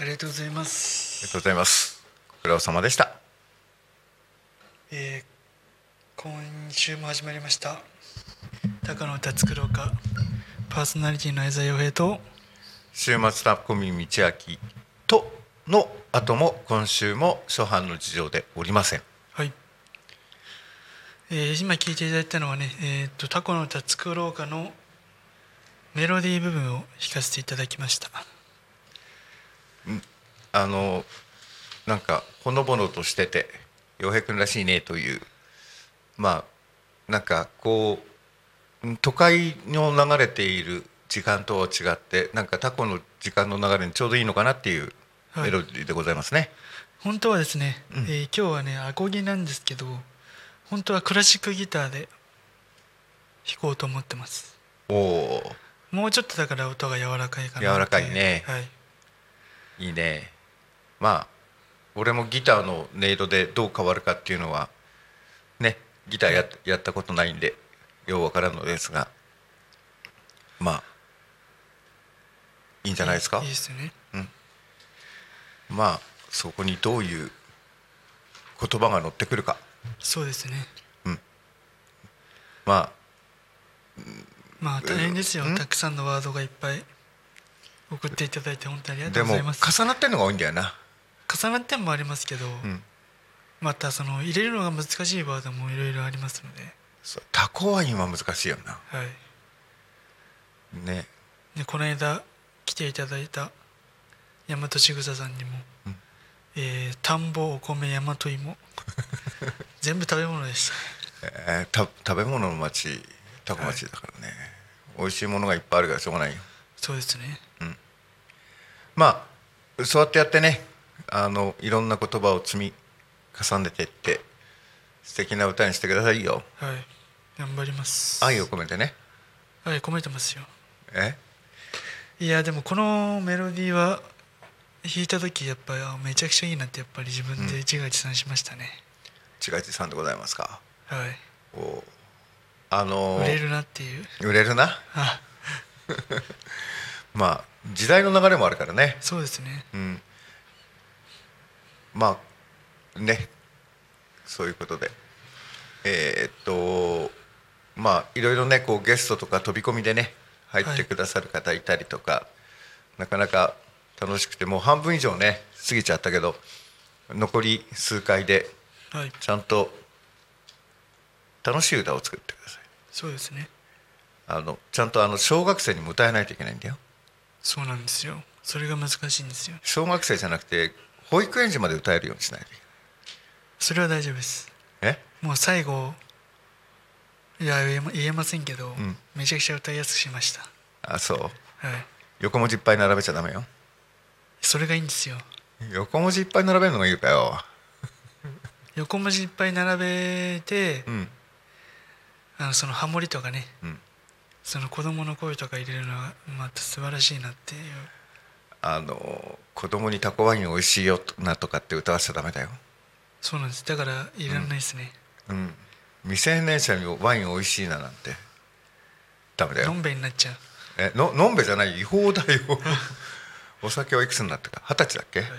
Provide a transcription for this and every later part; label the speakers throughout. Speaker 1: ありがとうございま
Speaker 2: ありが
Speaker 1: す、
Speaker 2: とうございます。ご苦労様でした。
Speaker 1: えー今週も始まりました「高の歌作ろうか」パーソナリティの江澤洋平と
Speaker 2: 週末タコミ道明との後も今週も初版の事情でおりません。
Speaker 1: はい、えー今聴いていただいたのはね「えー、とタコの歌作ろうか」のメロディー部分を弾かせていただきました
Speaker 2: あのなんかほのぼのとしてて洋平君らしいねというまあなんかこうん都会の流れている時間とは違ってなんかタコの時間の流れにちょうどいいのかなっていう
Speaker 1: はい
Speaker 2: メロディーでございますね。
Speaker 1: 本当はですね、えー今日はねアコギなんですけど本当はクラシックギターで弾こうと思ってます
Speaker 2: おー
Speaker 1: もうちょっとだから音が柔らかいかなって
Speaker 2: 柔らかいね
Speaker 1: はい
Speaker 2: いいねまあ俺もギターの音色でどう変わるかっていうのはねギターややったことないんでようわからんのですがまあいいんじゃないですか
Speaker 1: いいですよね
Speaker 2: まあそこにどういう言葉が乗ってくるか
Speaker 1: そうですね
Speaker 2: まあ
Speaker 1: まあ大変ですよ、
Speaker 2: うん
Speaker 1: たくさんのワードがいっぱい送っていただいて本当にありがと
Speaker 2: で
Speaker 1: うご
Speaker 2: も
Speaker 1: ざい
Speaker 2: 重
Speaker 1: ます
Speaker 2: なってるのが多いんだよな
Speaker 1: 重なってもありますけど、
Speaker 2: ん
Speaker 1: またその入れるのが難しいワードもいろいろありますので、
Speaker 2: そうタコは今難しいよな
Speaker 1: はい、
Speaker 2: ね
Speaker 1: でこの間来ていただいた大和しぐささんにも、えー田んぼお米大和 芋全部食べ物でし
Speaker 2: えーた食べ物の町タコ町だからね、美味しいものがいっぱいあるからしょうがないよ
Speaker 1: たそうですね
Speaker 2: まあそうやってやってねあのいろんな言葉を積み重ねていって素敵な歌にしてくださいよ
Speaker 1: はい頑張ります
Speaker 2: 愛を込めてね
Speaker 1: はい込めてますよ
Speaker 2: え
Speaker 1: いやでもこのメロディーは弾いた時やっぱりあめちゃくちゃいいなってやっぱり自分で自画自賛しましたね、
Speaker 2: ちがちさんでございますか
Speaker 1: はい
Speaker 2: おあの
Speaker 1: 売れ
Speaker 2: ー
Speaker 1: るなっていう
Speaker 2: 売れるな
Speaker 1: あ
Speaker 2: まあ時代の流れもあるからね
Speaker 1: そうですね
Speaker 2: うんまあねそういうことでえーっとまあいろいろねこうゲストとか飛び込みでね入ってくださる方いたりとか、なかなか楽しくてもう半分以上ね過ぎちゃったけど残り数回で
Speaker 1: はい
Speaker 2: ちゃんと楽しい歌を作ってください
Speaker 1: そうですね
Speaker 2: あのちゃんとあの小学生にも歌えないといけないんだよ
Speaker 1: そうなんですよそれが難しいんですよ
Speaker 2: 小学生じゃなくて保育園児まで歌えるようにしないとい
Speaker 1: それは大丈夫です
Speaker 2: けないえ
Speaker 1: もう最後いや言えま言えませんけど、
Speaker 2: ん
Speaker 1: めちゃくちゃ歌いやすくしました
Speaker 2: あそう
Speaker 1: はい
Speaker 2: 横文字いっぱい並べちゃダメよ
Speaker 1: それがいいんですよ
Speaker 2: 横文字いっぱい並べるのがいいのかよ
Speaker 1: 横文字いっぱい並べて、
Speaker 2: うん
Speaker 1: あのそのハモリとかね
Speaker 2: うん
Speaker 1: その子供の声とか入れるのはまた素晴らしいなっていう
Speaker 2: あの子供にタコワイン美味しいよとなとかって歌わせちゃダメだよ
Speaker 1: そうなんですだからいらないですね、
Speaker 2: うん未成年者にワイン美味しいななんてダメだ
Speaker 1: の
Speaker 2: よ
Speaker 1: んべいになっちゃう
Speaker 2: えののんべじゃない違法だよ お酒はいくつになったか二十歳だっけ、
Speaker 1: はい、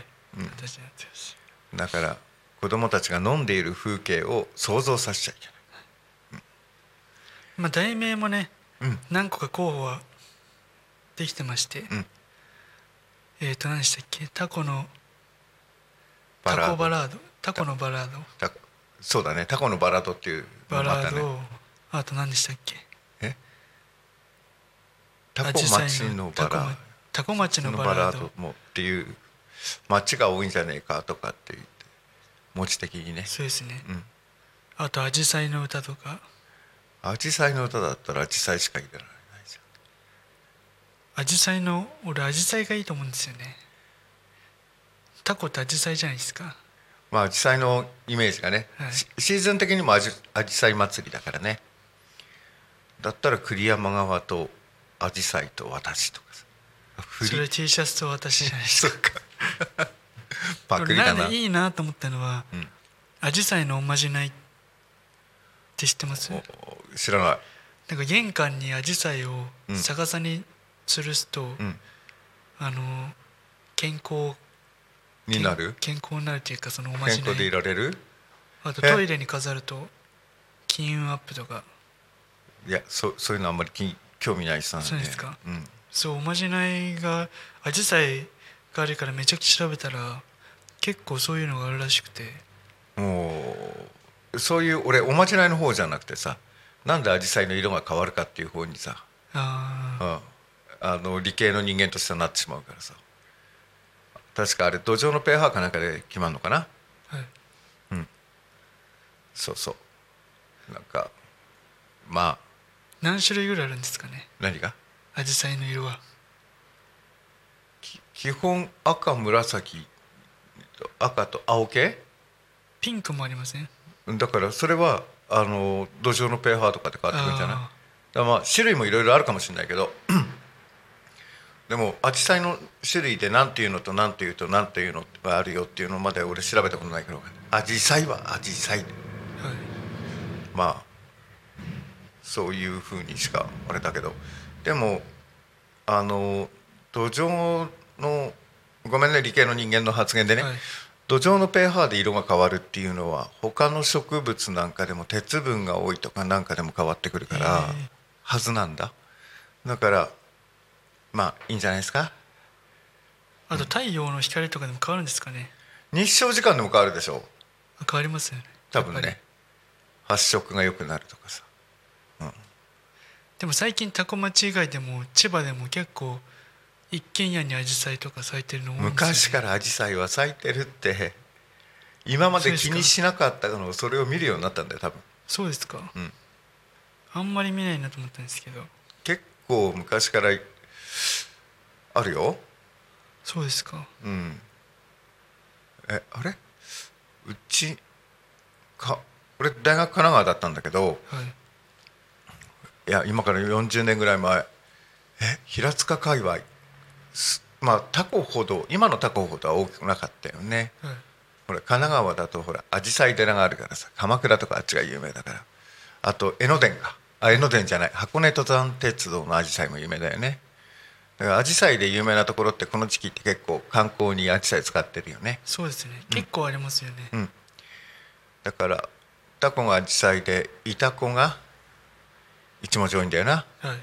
Speaker 1: 私になってます
Speaker 2: だから子供たちが飲んでいる風景を想像させちゃいけない
Speaker 1: まあ題名もね、
Speaker 2: うん
Speaker 1: 何個か候補はできてまして、
Speaker 2: うん
Speaker 1: えっ、と何でしたっけタコの
Speaker 2: バ
Speaker 1: タ
Speaker 2: ラード
Speaker 1: コバラードタコのバラード
Speaker 2: タそうだねタコのバラードっていう
Speaker 1: バ
Speaker 2: もあっ
Speaker 1: ラ
Speaker 2: た
Speaker 1: ード、
Speaker 2: ね
Speaker 1: あと何でしたっけ
Speaker 2: えタコ
Speaker 1: 紫
Speaker 2: 町
Speaker 1: 陽花
Speaker 2: のバラード
Speaker 1: タコ町の
Speaker 2: の
Speaker 1: バ
Speaker 2: バ
Speaker 1: ラ
Speaker 2: ラ
Speaker 1: ー
Speaker 2: ー
Speaker 1: ド
Speaker 2: ドもっていう街が多いんじゃねえかとかって言って文字的にね
Speaker 1: そうですね、
Speaker 2: うん
Speaker 1: あと「アジサイの歌」とか
Speaker 2: アジサイの歌だったらアジサイしか入れられないじ
Speaker 1: 「アジサイの俺アジサイがいいと思うんですよねタコってアジサイじゃないですか
Speaker 2: ゃんまあアジサイのイメージがね、
Speaker 1: はい
Speaker 2: シシーズン的にもアジアジサイ祭りだからねだったら栗山川とアジサイと私とかさフ
Speaker 1: それ
Speaker 2: リ
Speaker 1: T シャツと私じゃないです か
Speaker 2: そっ かパク
Speaker 1: 俺
Speaker 2: リだ
Speaker 1: なん
Speaker 2: な
Speaker 1: でいいなと思ったのは
Speaker 2: うん
Speaker 1: 「アジサイのおまじない」って知ってますなんか
Speaker 2: お知らない
Speaker 1: 玄関にアジサイを
Speaker 2: うん
Speaker 1: 逆さに吊るすと、
Speaker 2: うん
Speaker 1: あの健康
Speaker 2: になる
Speaker 1: 健康になるというかそのおま
Speaker 2: 健
Speaker 1: じな
Speaker 2: 康でい
Speaker 1: い
Speaker 2: られる
Speaker 1: あと
Speaker 2: え
Speaker 1: トイレに飾ると金運アップとか
Speaker 2: いやそそういうのあんまりき興味ない人なんで
Speaker 1: そうですか
Speaker 2: うん
Speaker 1: そうおまじないがアジサイがあるからめちゃくちゃ調べたら結構そういうのがあるらしくて
Speaker 2: もうそういう俺おまじないの方じゃなくてさなんでアジサイの色が変わるかっていう方にさ、
Speaker 1: あ
Speaker 2: うん、あの理系の人間としてはなってしまうからさ確かあれ土壌の pH かなんかで決まるのかな
Speaker 1: あ、はい、
Speaker 2: そうそうなんかまあ
Speaker 1: 何種類ぐらいあるんですかね
Speaker 2: 何が
Speaker 1: アジサイの色は
Speaker 2: き基本赤紫赤と青系
Speaker 1: ピンクもありません
Speaker 2: だからそれはあの土壌の pH とかで変わってくるんじゃない
Speaker 1: あ
Speaker 2: だからまあ種類もいろいろあるかもしれないけど でもアジサイの種類で何ていうのと何ていうと何ていうのがあるよっていうのまで俺調べたことないけどアジサイはアジサイ
Speaker 1: はい
Speaker 2: まあそういうふうにしかあれだけどでもあの土壌のごめんね理系の人間の発言でね、
Speaker 1: はい
Speaker 2: 土壌の pH で色が変わるっていうのは他の植物なんかでも鉄分が多いとかなんかでも変わってくるから
Speaker 1: へえ
Speaker 2: はずなんだだからまあいいんじゃないですか
Speaker 1: あと太陽の光とかでも変わるんですかね
Speaker 2: 日照時間でも変わるでしょう
Speaker 1: あ変わりますよね
Speaker 2: 多分
Speaker 1: やっぱ
Speaker 2: ね
Speaker 1: り
Speaker 2: 発色が良くなるとかさ
Speaker 1: でも最近多古町以外でも千葉でも結構一軒家にアジサイとか咲いてるの多いんですよ、ね、
Speaker 2: 昔からアジサイは咲いてるって今まで気にしなかったのをそれを見るようになったんだよ多分
Speaker 1: そうですか、
Speaker 2: ん
Speaker 1: あんまり見ないなと思ったんですけど
Speaker 2: 結構昔からあるよ
Speaker 1: そうですか
Speaker 2: うんえあれうちか俺大学神奈川だったんだけど
Speaker 1: はい
Speaker 2: いや今から40年ぐらい前え平塚界隈すまあタコほど今のタコほどは大きくなかったよね
Speaker 1: はい
Speaker 2: ほら神奈川だとほら紫陽花寺があるからさ鎌倉とかあっちが有名だからあと江ノ電かあ江ノ電じゃない箱根登山鉄道の紫陽花も有名だよねだから紫陽花で有名なところってこの時期って結構観光に紫陽花使ってるよね
Speaker 1: そうですね結構ありますよね、
Speaker 2: だからタコが紫陽花でイタコが一文字多いんだよな
Speaker 1: は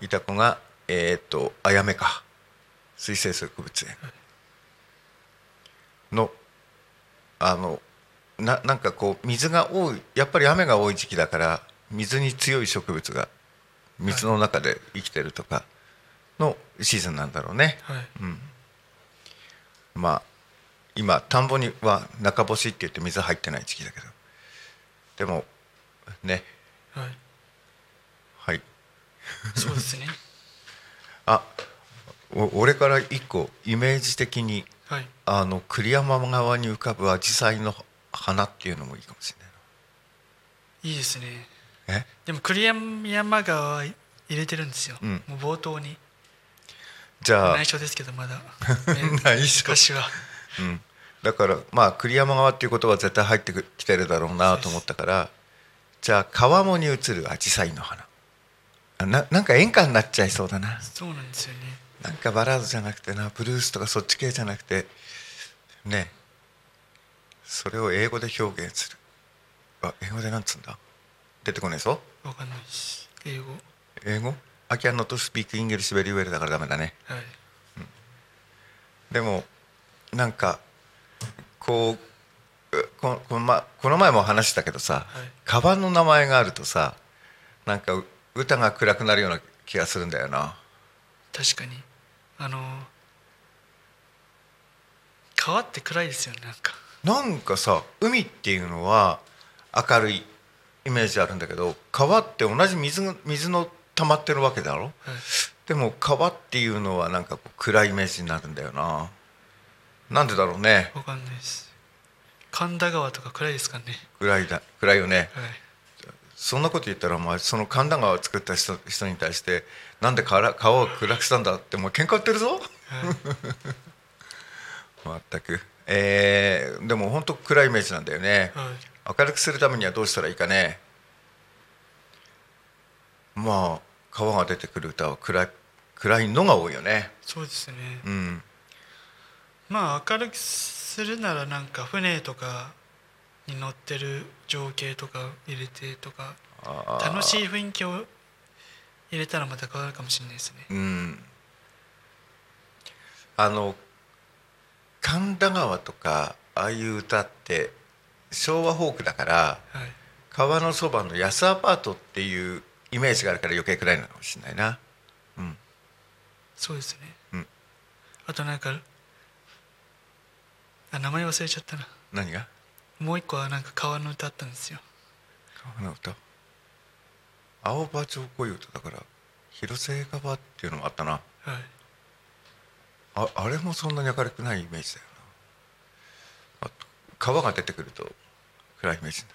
Speaker 1: い
Speaker 2: イタコがえっ、とあやめか水生植物園のあのななんかこう水が多いやっぱり雨が多い時期だから水に強い植物が水の中で生きてるとかのシーズンなんだろうね。
Speaker 1: はい
Speaker 2: まあ今田んぼには中干しって言って水入ってない時期だけどでもね
Speaker 1: はい
Speaker 2: はい
Speaker 1: そうですね
Speaker 2: あお俺から一個イメージ的に
Speaker 1: はい
Speaker 2: あの栗山側に浮かぶ紫陽花の花っていうのもいいかもし
Speaker 1: いいですね
Speaker 2: れないなえ
Speaker 1: でも栗山川は入れてるんですよ、
Speaker 2: うん
Speaker 1: もう冒頭に
Speaker 2: じゃあ
Speaker 1: 内緒ですけど まだ
Speaker 2: 内緒
Speaker 1: 歌詞は
Speaker 2: だからまあ栗山側っていうことは絶対入ってきてるだろうなと思ったからじゃあ川面に映る紫陽花の花あななんか演歌になっちゃいそうだな
Speaker 1: そうなんですよね
Speaker 2: なんかバラードじゃなくてなブルースとかそっち系じゃなくてねそれを英語で表現するあ英語でなんつうんだ出てこないぞ
Speaker 1: わかんないし英語
Speaker 2: 英語 I can not speak English very well だからダメだね
Speaker 1: はい
Speaker 2: でもなんかこううここ,、ま、この前も話したけどさ、
Speaker 1: はい
Speaker 2: カバンの名前があるとさなんかう歌が暗くなるような気がするんだよな
Speaker 1: 確かにあの川って暗いですよねなんか
Speaker 2: なんかさ海っていうのは明るいイメージあるんだけど川って同じ水が水の溜まってるわけだろ
Speaker 1: はい
Speaker 2: でも川っていうのはなんかこう暗いイメージになるんだよななんでだろうね
Speaker 1: わかんないです神田川とか暗いですかね
Speaker 2: 暗いだ暗いよね
Speaker 1: はい
Speaker 2: そんなこと言ったらお前その神田川を作った人人に対してなんで川川を暗くしたんだってもう喧嘩売ってるぞ まったくえーでも本当暗いイメージなんだよね、
Speaker 1: はい
Speaker 2: 明るくするためにはどうしたらいいかねまあ川が出てくる歌は暗い暗いのが多いよね
Speaker 1: そうですね、
Speaker 2: うん
Speaker 1: まあ明るくするならなんか船とかに乗ってる情景とか入れてとか
Speaker 2: あー
Speaker 1: 楽しい雰囲気を入れたらまた変わるかもしれないですね
Speaker 2: うんあの神田川とかああいう歌って昭和フォークだから
Speaker 1: はい
Speaker 2: 川のそばの安アパートっていうイメージがあるから余計暗いのかもしれないな
Speaker 1: そうですね、
Speaker 2: うん
Speaker 1: あとなんかあ名前忘れちゃったな
Speaker 2: 何が
Speaker 1: もう一個はなんか川の歌あったんですよ
Speaker 2: 川の歌青葉町恋歌だから広瀬川っていうのもあったな
Speaker 1: はい
Speaker 2: ああれもそんなに明るくないイメージだよなあと川が出てくると暗いイメージに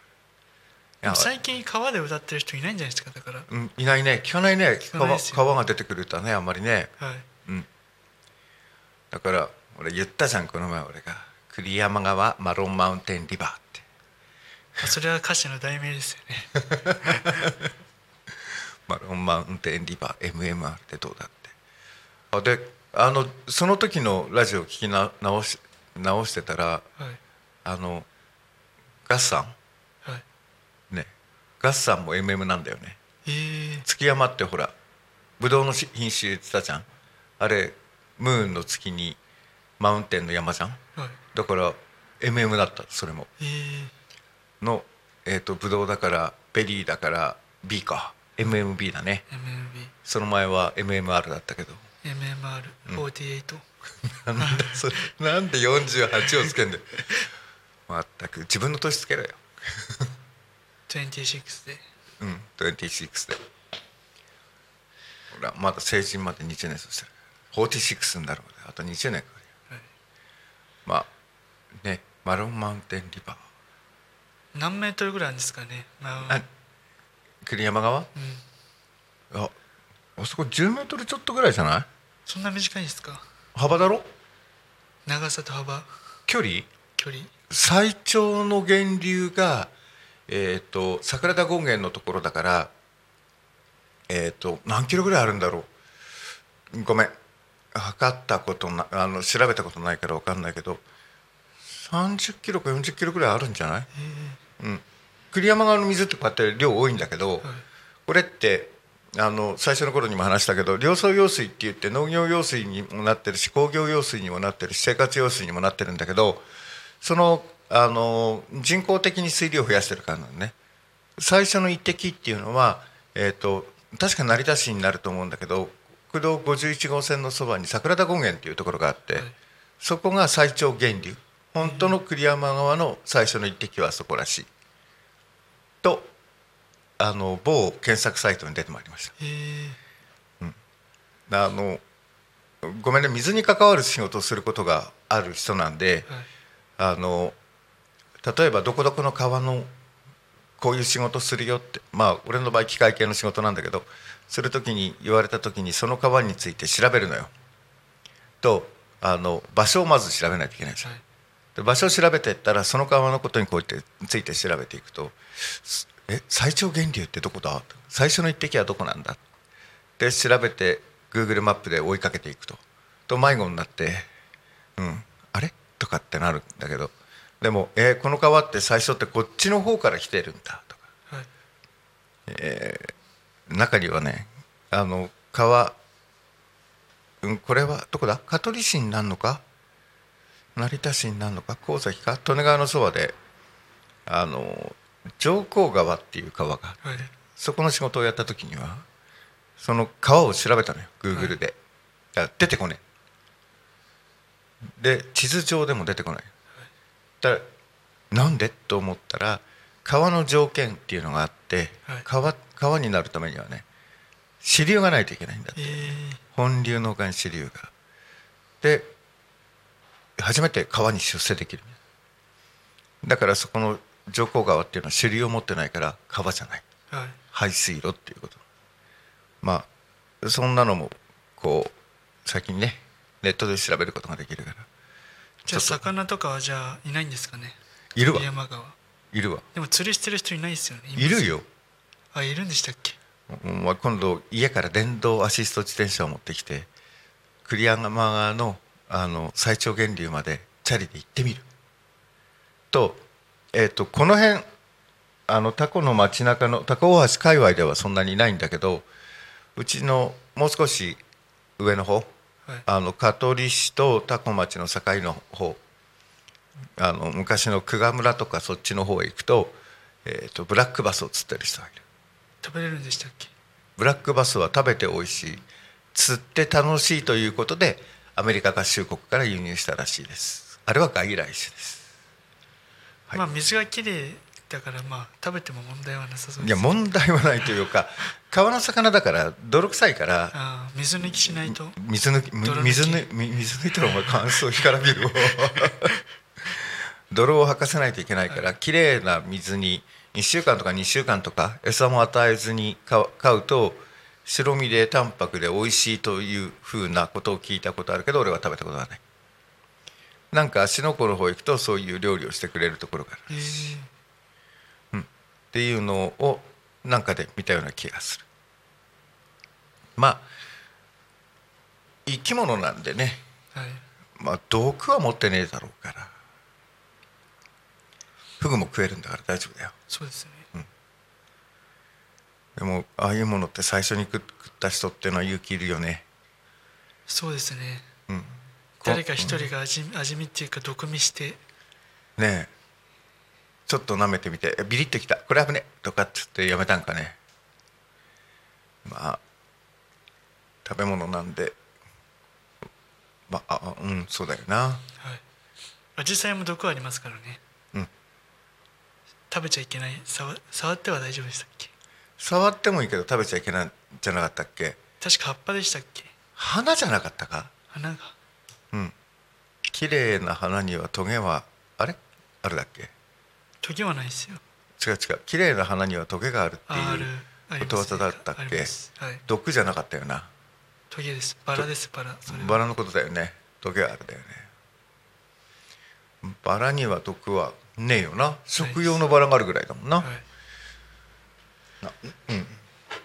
Speaker 1: で
Speaker 2: な
Speaker 1: も
Speaker 2: るいや
Speaker 1: 最近川で歌ってる人いないんじゃないですかだから
Speaker 2: うんいないね聞かないね
Speaker 1: かないですよ
Speaker 2: 川川が出てくる歌ねあんまりね
Speaker 1: はい
Speaker 2: だから俺言ったじゃんこの前俺が「栗山川マロンマウンテンリバー」って
Speaker 1: あそれは歌詞の題名ですよね
Speaker 2: マロンマウンテンリバー MMR ってどうだってあであのその時のラジオを聞きな直し直してたら
Speaker 1: はい
Speaker 2: あのガッサ
Speaker 1: はい
Speaker 2: ンねガッサンも MM なんだよね
Speaker 1: えー、
Speaker 2: 月山ってほらブドウの品種言ってたじゃんあれムーンの月にマウンテンの山じゃん
Speaker 1: はい
Speaker 2: だから MM だったそれも
Speaker 1: えー、
Speaker 2: の、えー、とブドウだからベリーだから B か MMB だね
Speaker 1: MMB
Speaker 2: その前は MMR だったけど
Speaker 1: MMR48、
Speaker 2: なんだそれなんで48をつけんだよまったく自分の年つけろよ
Speaker 1: 26で
Speaker 2: うん26でほらまだ成人まで20年そしたら46になるまであと20年かかるよ、まあねマロンマウンテンリバー
Speaker 1: 何メートルぐらいあるんですかね、まあ
Speaker 2: あ栗山川、ああそこ10メートルちょっとぐらいじゃない
Speaker 1: そんな短いんですか
Speaker 2: 幅だろ
Speaker 1: 長さと幅
Speaker 2: 距離
Speaker 1: 距離
Speaker 2: 最長の源流が、えー、と桜田権現のところだから、えー、と何キロぐらいあるんだろうごめん測ったことなあの調べたことないから分かんないけど30キロか40キロぐらいあるんじゃない、うん、栗山川の水ってこうやって量多いんだけど、これってあの最初の頃にも話したけど量産用水って言って農業用水にもなってるし工業用水にもなってるし生活用水にもなってるんだけどそのあの人工的に水量を増やしてるからなのね最初の一滴っていうのは、えー、と確か成田市になると思うんだけど国道51号線のそばに桜田権現っていうところがあって、そこが最長源流本当の栗山川の最初の一滴はそこらしい。とあの某検索サイトに出てまいりました。
Speaker 1: えー、
Speaker 2: あのごめんね水に関わる仕事をすることがある人なんで、
Speaker 1: はい
Speaker 2: あの例えばどこどこの川のこういう仕事するよってまあ俺の場合機械系の仕事なんだけどする時に言われた時にその川について調べるのよ。とあの場所をまず調べないといけないじゃん
Speaker 1: はい
Speaker 2: で場所を調べていったらその川のことにこうやってついて調べていくとす「え最長源流ってどこだ?」最初の一滴はどこなんだ?」で調べて Google マップで追いかけていくとと迷子になって「うんあれ?」とかってなるんだけどでも「えーこの川って最初ってこっちの方から来てるんだ」とか
Speaker 1: はい
Speaker 2: 中にはねあの川、うん、これはどこだ香取市になるのか成田市になるのか神崎か利根川のそばであの上皇川っていう川があって
Speaker 1: はい
Speaker 2: そこの仕事をやった時にはその川を調べたのよ Google で、いや出てこねえで地図上でも出てこない、だからなんでと思ったら川の条件っていうのがあって、
Speaker 1: はい
Speaker 2: 川川になるためにはね支流がないといけないんだって
Speaker 1: えー、
Speaker 2: 本流の他に支流がで初めて川に出世できるだからそこの上皇川っていうのは支流を持ってないから川じゃない
Speaker 1: はい
Speaker 2: 排水路っていうことまあそんなのもこう先にねネットで調べることができるから
Speaker 1: じゃあ
Speaker 2: ちょっと
Speaker 1: 魚とかはじゃあいないんですかね
Speaker 2: いるわ
Speaker 1: 山川
Speaker 2: いるわ
Speaker 1: でも釣りしてる人いないですよね今
Speaker 2: いるよ
Speaker 1: あいるんでしたっけ
Speaker 2: お前今度家から電動アシスト自転車を持ってきて栗山川のあの最長源流までチャリで行ってみると,、えー、とこの辺あのタコの街中のタコ大橋界隈ではそんなにいないんだけどうちのもう少し上の方
Speaker 1: はい
Speaker 2: あの香取市と多古町の境の方あの昔の久我村とかそっちの方へ行くと,、えー、とブラックバスを釣ってる人がいる。
Speaker 1: 食べれるんでしたっけ
Speaker 2: ブラックバスは食べて美味しい釣って楽しいということでアメリカ合衆国から輸入したらしいですあれは外来種ですはい
Speaker 1: まあ水がきれいだからまあ食べても問題はなさそう
Speaker 2: い
Speaker 1: で
Speaker 2: や
Speaker 1: す
Speaker 2: 問題はないというか川の魚だから泥臭いから
Speaker 1: あー水抜きしないと
Speaker 2: 水抜きみ
Speaker 1: 泥抜き
Speaker 2: 水抜み水抜いたらお前乾燥干からびるを 泥を吐かせないといけないからきれいな水に1週間とか2週間とか餌も与えずにか飼うと白身で淡白で美味しいというふうなことを聞いたことあるけど俺は食べたことはないなんか芦ノ湖の方行くとそういう料理をしてくれるところがある
Speaker 1: えー
Speaker 2: っていうのをなんかで見たような気がするまあ生き物なんでね
Speaker 1: はい
Speaker 2: まあ毒は持ってねえだろうからフグも食えるんだから大丈夫だよ
Speaker 1: そうですね
Speaker 2: でもああいうものって最初に食食った人っていうのは勇気いるよね
Speaker 1: そうですね
Speaker 2: うん
Speaker 1: 誰か一人が味味見っていうか毒味して
Speaker 2: ねえちょっと舐めてみてえ「ビリッときたこれ危ねえ」とかっつってやめたんかねまあ食べ物なんでまああうんそうだよな
Speaker 1: はい紫陽花も毒はありますからね
Speaker 2: うん
Speaker 1: 食べちゃいけない触触っては大丈夫でしたっけ
Speaker 2: 触ってもいいけど食べちゃいけないんじゃなかったっけ
Speaker 1: 確か葉っぱでしたっけ
Speaker 2: 花じゃなかったか
Speaker 1: 花が
Speaker 2: うん綺麗な花にはトゲはあれあるだっけ
Speaker 1: トゲはないですよ
Speaker 2: 違う違う綺麗な花にはトゲがあるって
Speaker 1: あある
Speaker 2: いう
Speaker 1: あり
Speaker 2: こ
Speaker 1: ます
Speaker 2: とわざだったっ
Speaker 1: あり
Speaker 2: け
Speaker 1: ますはい
Speaker 2: 毒じゃなかったよな
Speaker 1: トゲですバラですバラそれは
Speaker 2: バラのことだよね時はあれだよねバラには毒はねえよな食用のバラがあるぐらいだもんな、
Speaker 1: はい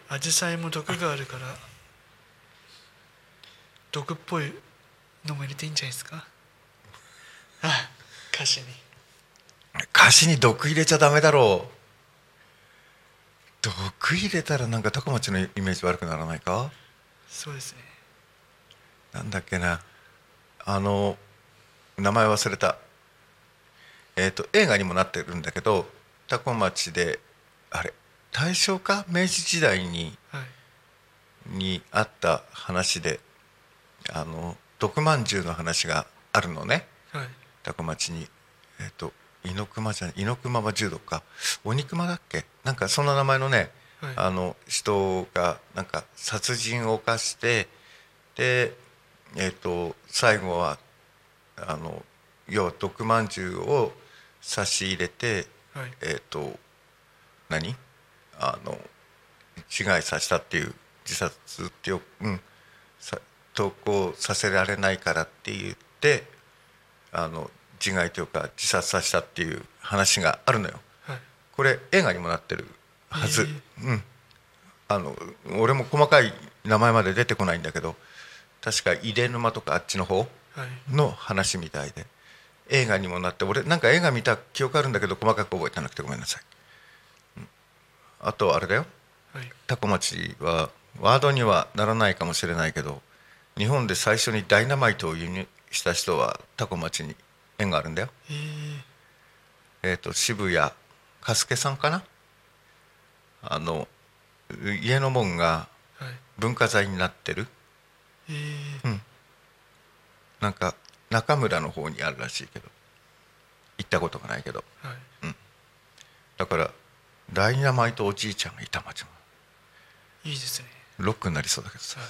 Speaker 1: アジサイも毒があるから毒っぽいのも入れていいんじゃないですかあ歌詞に
Speaker 2: 歌詞に毒入れちゃダメだろう毒入れたらなんか高町のイメージ悪くならないか
Speaker 1: そうですね
Speaker 2: なんだっけなあの名前忘れたえっ、と映画にもなってるんだけど多古町であれ大正か明治時代に
Speaker 1: はい
Speaker 2: にあった話であの毒まんじゅうの話があるのね
Speaker 1: はい
Speaker 2: 多古町にえっ、と猪熊じゃ猪熊は柔道か鬼熊だっけなんかそんな名前のね、
Speaker 1: はい
Speaker 2: あの人がなんか殺人を犯してでえっ、と最後はあの要は毒まんじゅうを差し入れて
Speaker 1: はい
Speaker 2: えっ、と何あの被害させたっていう自殺っていう、うん、さ投稿させられないからって言ってあの自害というか自殺させたっていう話があるのよ。
Speaker 1: はい
Speaker 2: これ映画にもなってるはず、
Speaker 1: へ
Speaker 2: うん、あの俺も細かい名前まで出てこないんだけど確か出沼とかあっちの方
Speaker 1: はい
Speaker 2: の話みたいで映画にもなって俺なんか映画見た記憶あるんだけど細かく覚えてなくてごめんなさいうんあとあれだよ
Speaker 1: はい
Speaker 2: タコ町はワードにはならないかもしれないけど日本で最初にダイナマイトを輸入した人はタコ町に縁があるんだよ
Speaker 1: えー
Speaker 2: えー、と渋谷加助さんかなあの家の門が
Speaker 1: はい
Speaker 2: 文化財になってる
Speaker 1: えー
Speaker 2: なんか中村の方にあるらしいけど行ったことがないけど
Speaker 1: はい
Speaker 2: だからダイナマイトおじいちゃんがいた町も
Speaker 1: いいですね
Speaker 2: ロックになりそうだけどさ、
Speaker 1: はい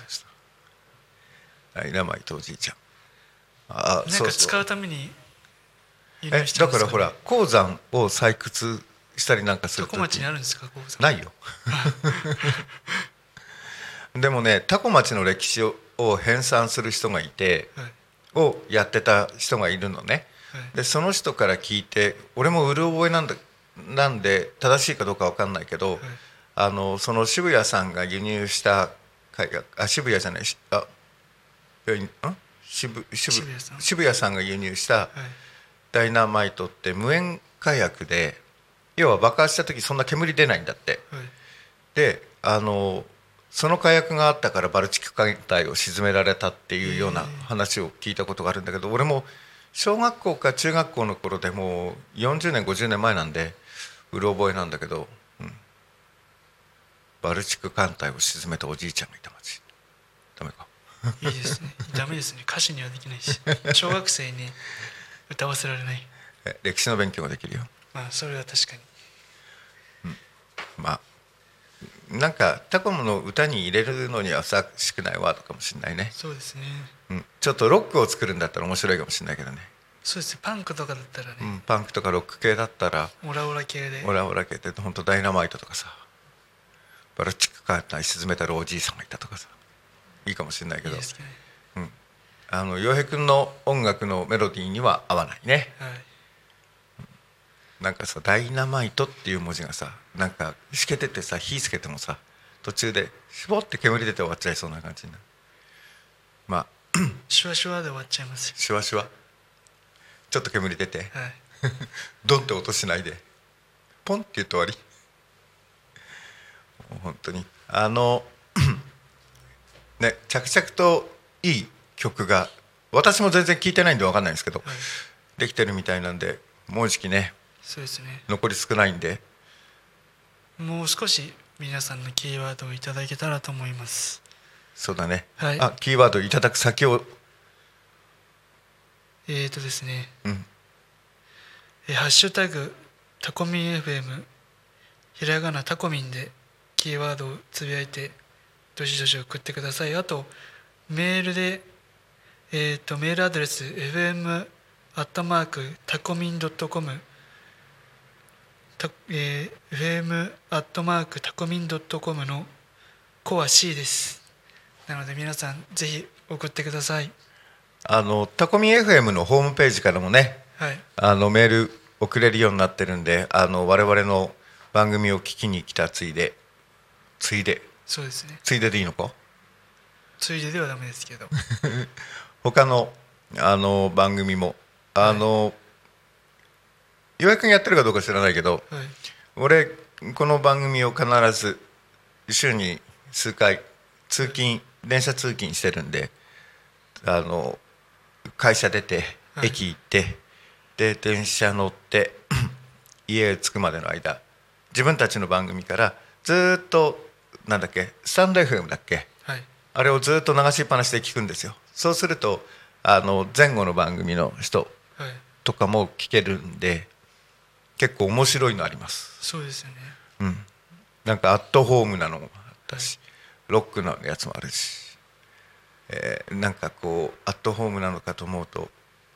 Speaker 2: ダイナマイトおじいちゃん
Speaker 1: な
Speaker 2: ああ
Speaker 1: ん
Speaker 2: そう
Speaker 1: か
Speaker 2: そ
Speaker 1: 使
Speaker 2: う
Speaker 1: うために輸
Speaker 2: え
Speaker 1: 入して
Speaker 2: だ
Speaker 1: ます
Speaker 2: からほら鉱山を採掘したりなんかす
Speaker 1: ど
Speaker 2: る
Speaker 1: こ
Speaker 2: 時
Speaker 1: 町にあるんですかここ
Speaker 2: な いよでもねタコ町の歴史をを編纂する人がいて
Speaker 1: はい
Speaker 2: をやってた人がいるのね
Speaker 1: はい
Speaker 2: でその人から聞いて俺もうる覚えなんだなんで正しいかどうか分かんないけど、あのその渋谷さんが輸入した絵画あ渋谷じゃないしあえん渋渋
Speaker 1: 渋谷さん
Speaker 2: 渋谷さんが輸入した、
Speaker 1: はい
Speaker 2: ダイナマイトって無煙火薬で要は爆発した時そんな煙出ないんだって
Speaker 1: はい
Speaker 2: であのその火薬があったからバルチック艦隊を沈められたっていうような話を聞いたことがあるんだけど俺も小学校か中学校の頃でもう40年50年前なんでうろ覚えなんだけど、うんバルチック艦隊を沈めたおじいちゃんがいた町ダメか
Speaker 1: いいですね。ダメですね。歌詞にはできないし、小学生に歌わせられない。
Speaker 2: え歴史の勉強ができるよ
Speaker 1: まあそれは確かに。
Speaker 2: まあなんかタコムの歌に入れるのにはふさわしくないワードかもしれないね、
Speaker 1: そうですね。
Speaker 2: うん、ちょっとロックを作るんだったら面白いかもしれないけどね、
Speaker 1: そうですね。パンクとかだったら
Speaker 2: う
Speaker 1: ね、
Speaker 2: ん、パンクとかロック系だったら
Speaker 1: オラオラ系で
Speaker 2: オ。ラオラ系って本当ダイナマイトとかさバルチック艦隊沈めたらおじいさんがいたとかさいいかもしれないけ
Speaker 1: いい
Speaker 2: ど
Speaker 1: ですね。
Speaker 2: あの洋平君の音楽のメロディーには合わないね
Speaker 1: はい。
Speaker 2: なんかさ「ダイナマイト」っていう文字がさなんかしけててさ火つけてもさ途中で絞って煙出て終わっちゃいそうな感じになるまあ
Speaker 1: シュワシュワで終わっちゃいますよ。
Speaker 2: シュワシュワちょっと煙出て
Speaker 1: はい。
Speaker 2: ドンって音しないでポンって言うと終わりもう本当にあのね着々といい曲が私も全然聴いてないんで分かんないんですけど、
Speaker 1: い
Speaker 2: できてるみたいなんでもうじきね
Speaker 1: そうですね。
Speaker 2: 残り少ないんで
Speaker 1: もう少し皆さんのキーワードをいただけたらと思います。
Speaker 2: そうだね、
Speaker 1: はい
Speaker 2: あキーワードいただく先を
Speaker 1: えーとですね。
Speaker 2: うん
Speaker 1: えーハッシュタグタコミン FM ひらがなタコミンでキーワードをつぶやいてどしどし送ってくださいあとメールでえっ、とメールアドレス FM アットマークタコミンドットコムたえー FM アットマークタコミンドットコムのコは C ですなので皆さんぜひ送ってください
Speaker 2: あのタコミン FM のホームページからもね
Speaker 1: はい
Speaker 2: あのメール送れるようになってるんであの我々の番組を聞きに来たついでついで
Speaker 1: そうですね
Speaker 2: ついででいいのか
Speaker 1: ついでではダメですけど
Speaker 2: 他のあの番組もあの、岩井岩井君やってるかどうか知らないけど
Speaker 1: はい
Speaker 2: 俺この番組を必ず週に数回通勤電車通勤してるんであの会社出て
Speaker 1: はい
Speaker 2: 駅行って、で電車乗って 家へ着くまでの間自分たちの番組からずーっとなんだっけスタンド FM だっけ
Speaker 1: はい
Speaker 2: あれをずっと流しっぱなしで聞くんですよそうするとあの前後の番組の人
Speaker 1: はい
Speaker 2: とかも聞けるんで結構面白いのあります
Speaker 1: そうですよね
Speaker 2: うんなんかアットホームなのもあったしロックなやつもあるし、えーなんかこうアットホームなのかと思うと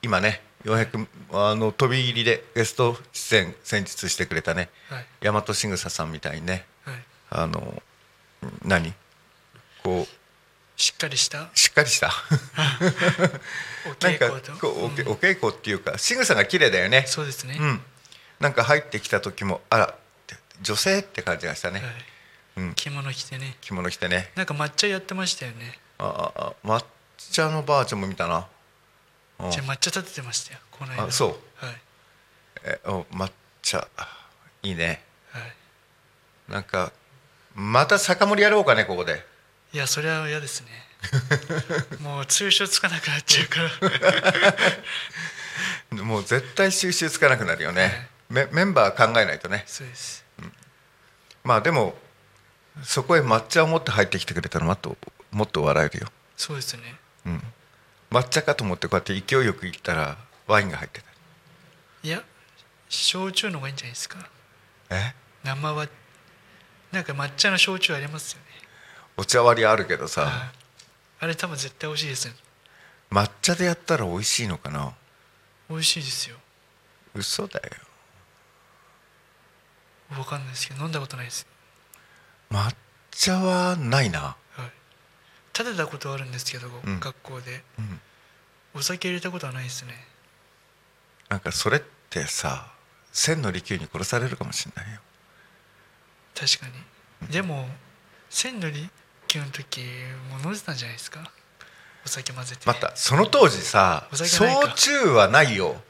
Speaker 2: 今ね400あの飛び入りでゲスト出演先日してくれたね
Speaker 1: はい
Speaker 2: 大和しぐささんみたいにね
Speaker 1: はい
Speaker 2: あの何こう
Speaker 1: しっかりした
Speaker 2: しっかりした
Speaker 1: お
Speaker 2: なん
Speaker 1: 稽
Speaker 2: か
Speaker 1: 古と
Speaker 2: こうおけ
Speaker 1: うん
Speaker 2: お稽古っていうか仕草が綺麗だよね
Speaker 1: そうですね、
Speaker 2: う
Speaker 1: は
Speaker 2: んなんか入ってきた時もあらって女性って感じがしたね、
Speaker 1: い
Speaker 2: うん
Speaker 1: 着物着てね
Speaker 2: 着物着てね
Speaker 1: なんか抹茶やってましたよね
Speaker 2: あああ抹茶のバージョンも見たなうん
Speaker 1: じゃあ抹茶立ててましたよこの間
Speaker 2: あそう
Speaker 1: はい
Speaker 2: えお抹茶いいね
Speaker 1: はい
Speaker 2: なんかまた酒盛りやろうかねここで
Speaker 1: いやそれは嫌です ねもう通所つかなくなっちゃうから
Speaker 2: もう絶対収集つかなくなるよね、メメンバー考えないとね
Speaker 1: そうです
Speaker 2: まあでもそこへ抹茶を持って入ってきてくれたらもっともっと笑えるよ
Speaker 1: そうですね
Speaker 2: うん、抹茶かと思ってこうやって勢いよくいったらワインが入ってた
Speaker 1: いや焼酎の方がいいんじゃないですか
Speaker 2: え
Speaker 1: 生はなんか抹茶の焼酎ありますよね
Speaker 2: お茶割りあるけどさ
Speaker 1: ああれ多分絶対美味しいですよ
Speaker 2: 抹茶でやったら美味しいのかな
Speaker 1: 美味しいですよ
Speaker 2: 嘘だよ
Speaker 1: わかんないですけど飲んだことないです
Speaker 2: 抹茶はないな
Speaker 1: はい立てたことはあるんですけど、
Speaker 2: ん
Speaker 1: 学校で、
Speaker 2: ん
Speaker 1: お酒入れたことはないですね
Speaker 2: なんかそれってさ千の利休に殺されるかもしれないよ
Speaker 1: 確かにでも千利休の時も飲んでたんじゃないですかお酒混ぜて
Speaker 2: またその当時さ
Speaker 1: お酒ないか
Speaker 2: 焼酎はないよ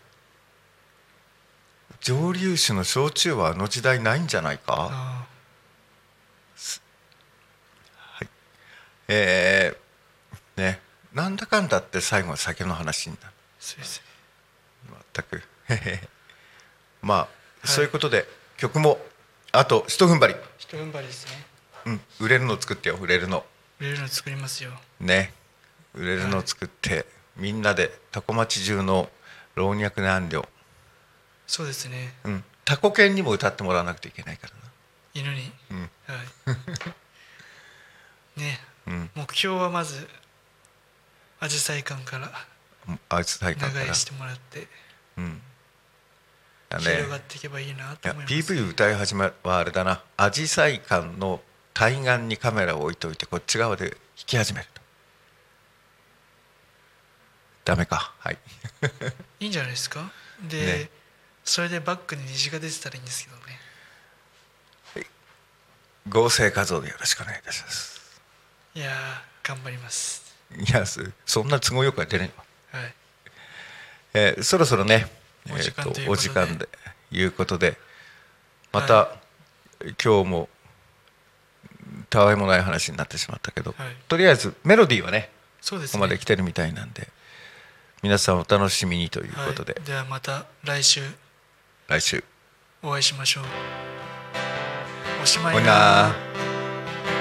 Speaker 2: 蒸留酒の焼酎はあの時代ないんじゃないか
Speaker 1: あ
Speaker 2: えーねなんだかんだって最後は酒の話になる
Speaker 1: あそうです
Speaker 2: 全く へへへまあ、そういうことで曲もあと一踏ん張り、
Speaker 1: 一踏ん張りですね
Speaker 2: うん、売れるの作ってよ売れるの
Speaker 1: 売れるの作りますよ
Speaker 2: ね売れるの作って、みんなでタコ町中の老若男女、
Speaker 1: そうですね
Speaker 2: うん、タコ犬にも歌ってもらわなくていけないか
Speaker 1: 犬に、
Speaker 2: うん
Speaker 1: はい、ね、
Speaker 2: ん
Speaker 1: 目標はまずアジサイ館から
Speaker 2: らなあいつ大会から
Speaker 1: 長居してもらって
Speaker 2: うんだね
Speaker 1: 広がっていけばいいないと
Speaker 2: や
Speaker 1: 思います
Speaker 2: PV 歌い始めはあれだなアジサイ館の対岸にカメラを置いといてこっち側で弾き始めるとダメかはい
Speaker 1: いいんじゃないですかで、
Speaker 2: ね
Speaker 1: それでバックに虹が出てたらいいんですけどね
Speaker 2: 合成画像でよろしくお願いいたします
Speaker 1: いやー頑張ります
Speaker 2: いやすそんな都合よくは出ないわ、
Speaker 1: はい
Speaker 2: えーそろそろね
Speaker 1: お時間
Speaker 2: えー
Speaker 1: ということで
Speaker 2: お時間でいうことでまた、
Speaker 1: は
Speaker 2: 今日もたわいもない話になってしまったけど、
Speaker 1: はい
Speaker 2: とりあえずメロディーはね
Speaker 1: そうです
Speaker 2: ここ
Speaker 1: ね
Speaker 2: まで来てるみたいなんで皆さんお楽しみにという
Speaker 1: はい
Speaker 2: ことで、
Speaker 1: ではまた来週
Speaker 2: 来週
Speaker 1: お会いしましょうおしま
Speaker 2: ほ
Speaker 1: い
Speaker 2: な
Speaker 1: な
Speaker 2: ー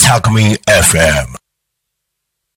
Speaker 3: Talk Me FM.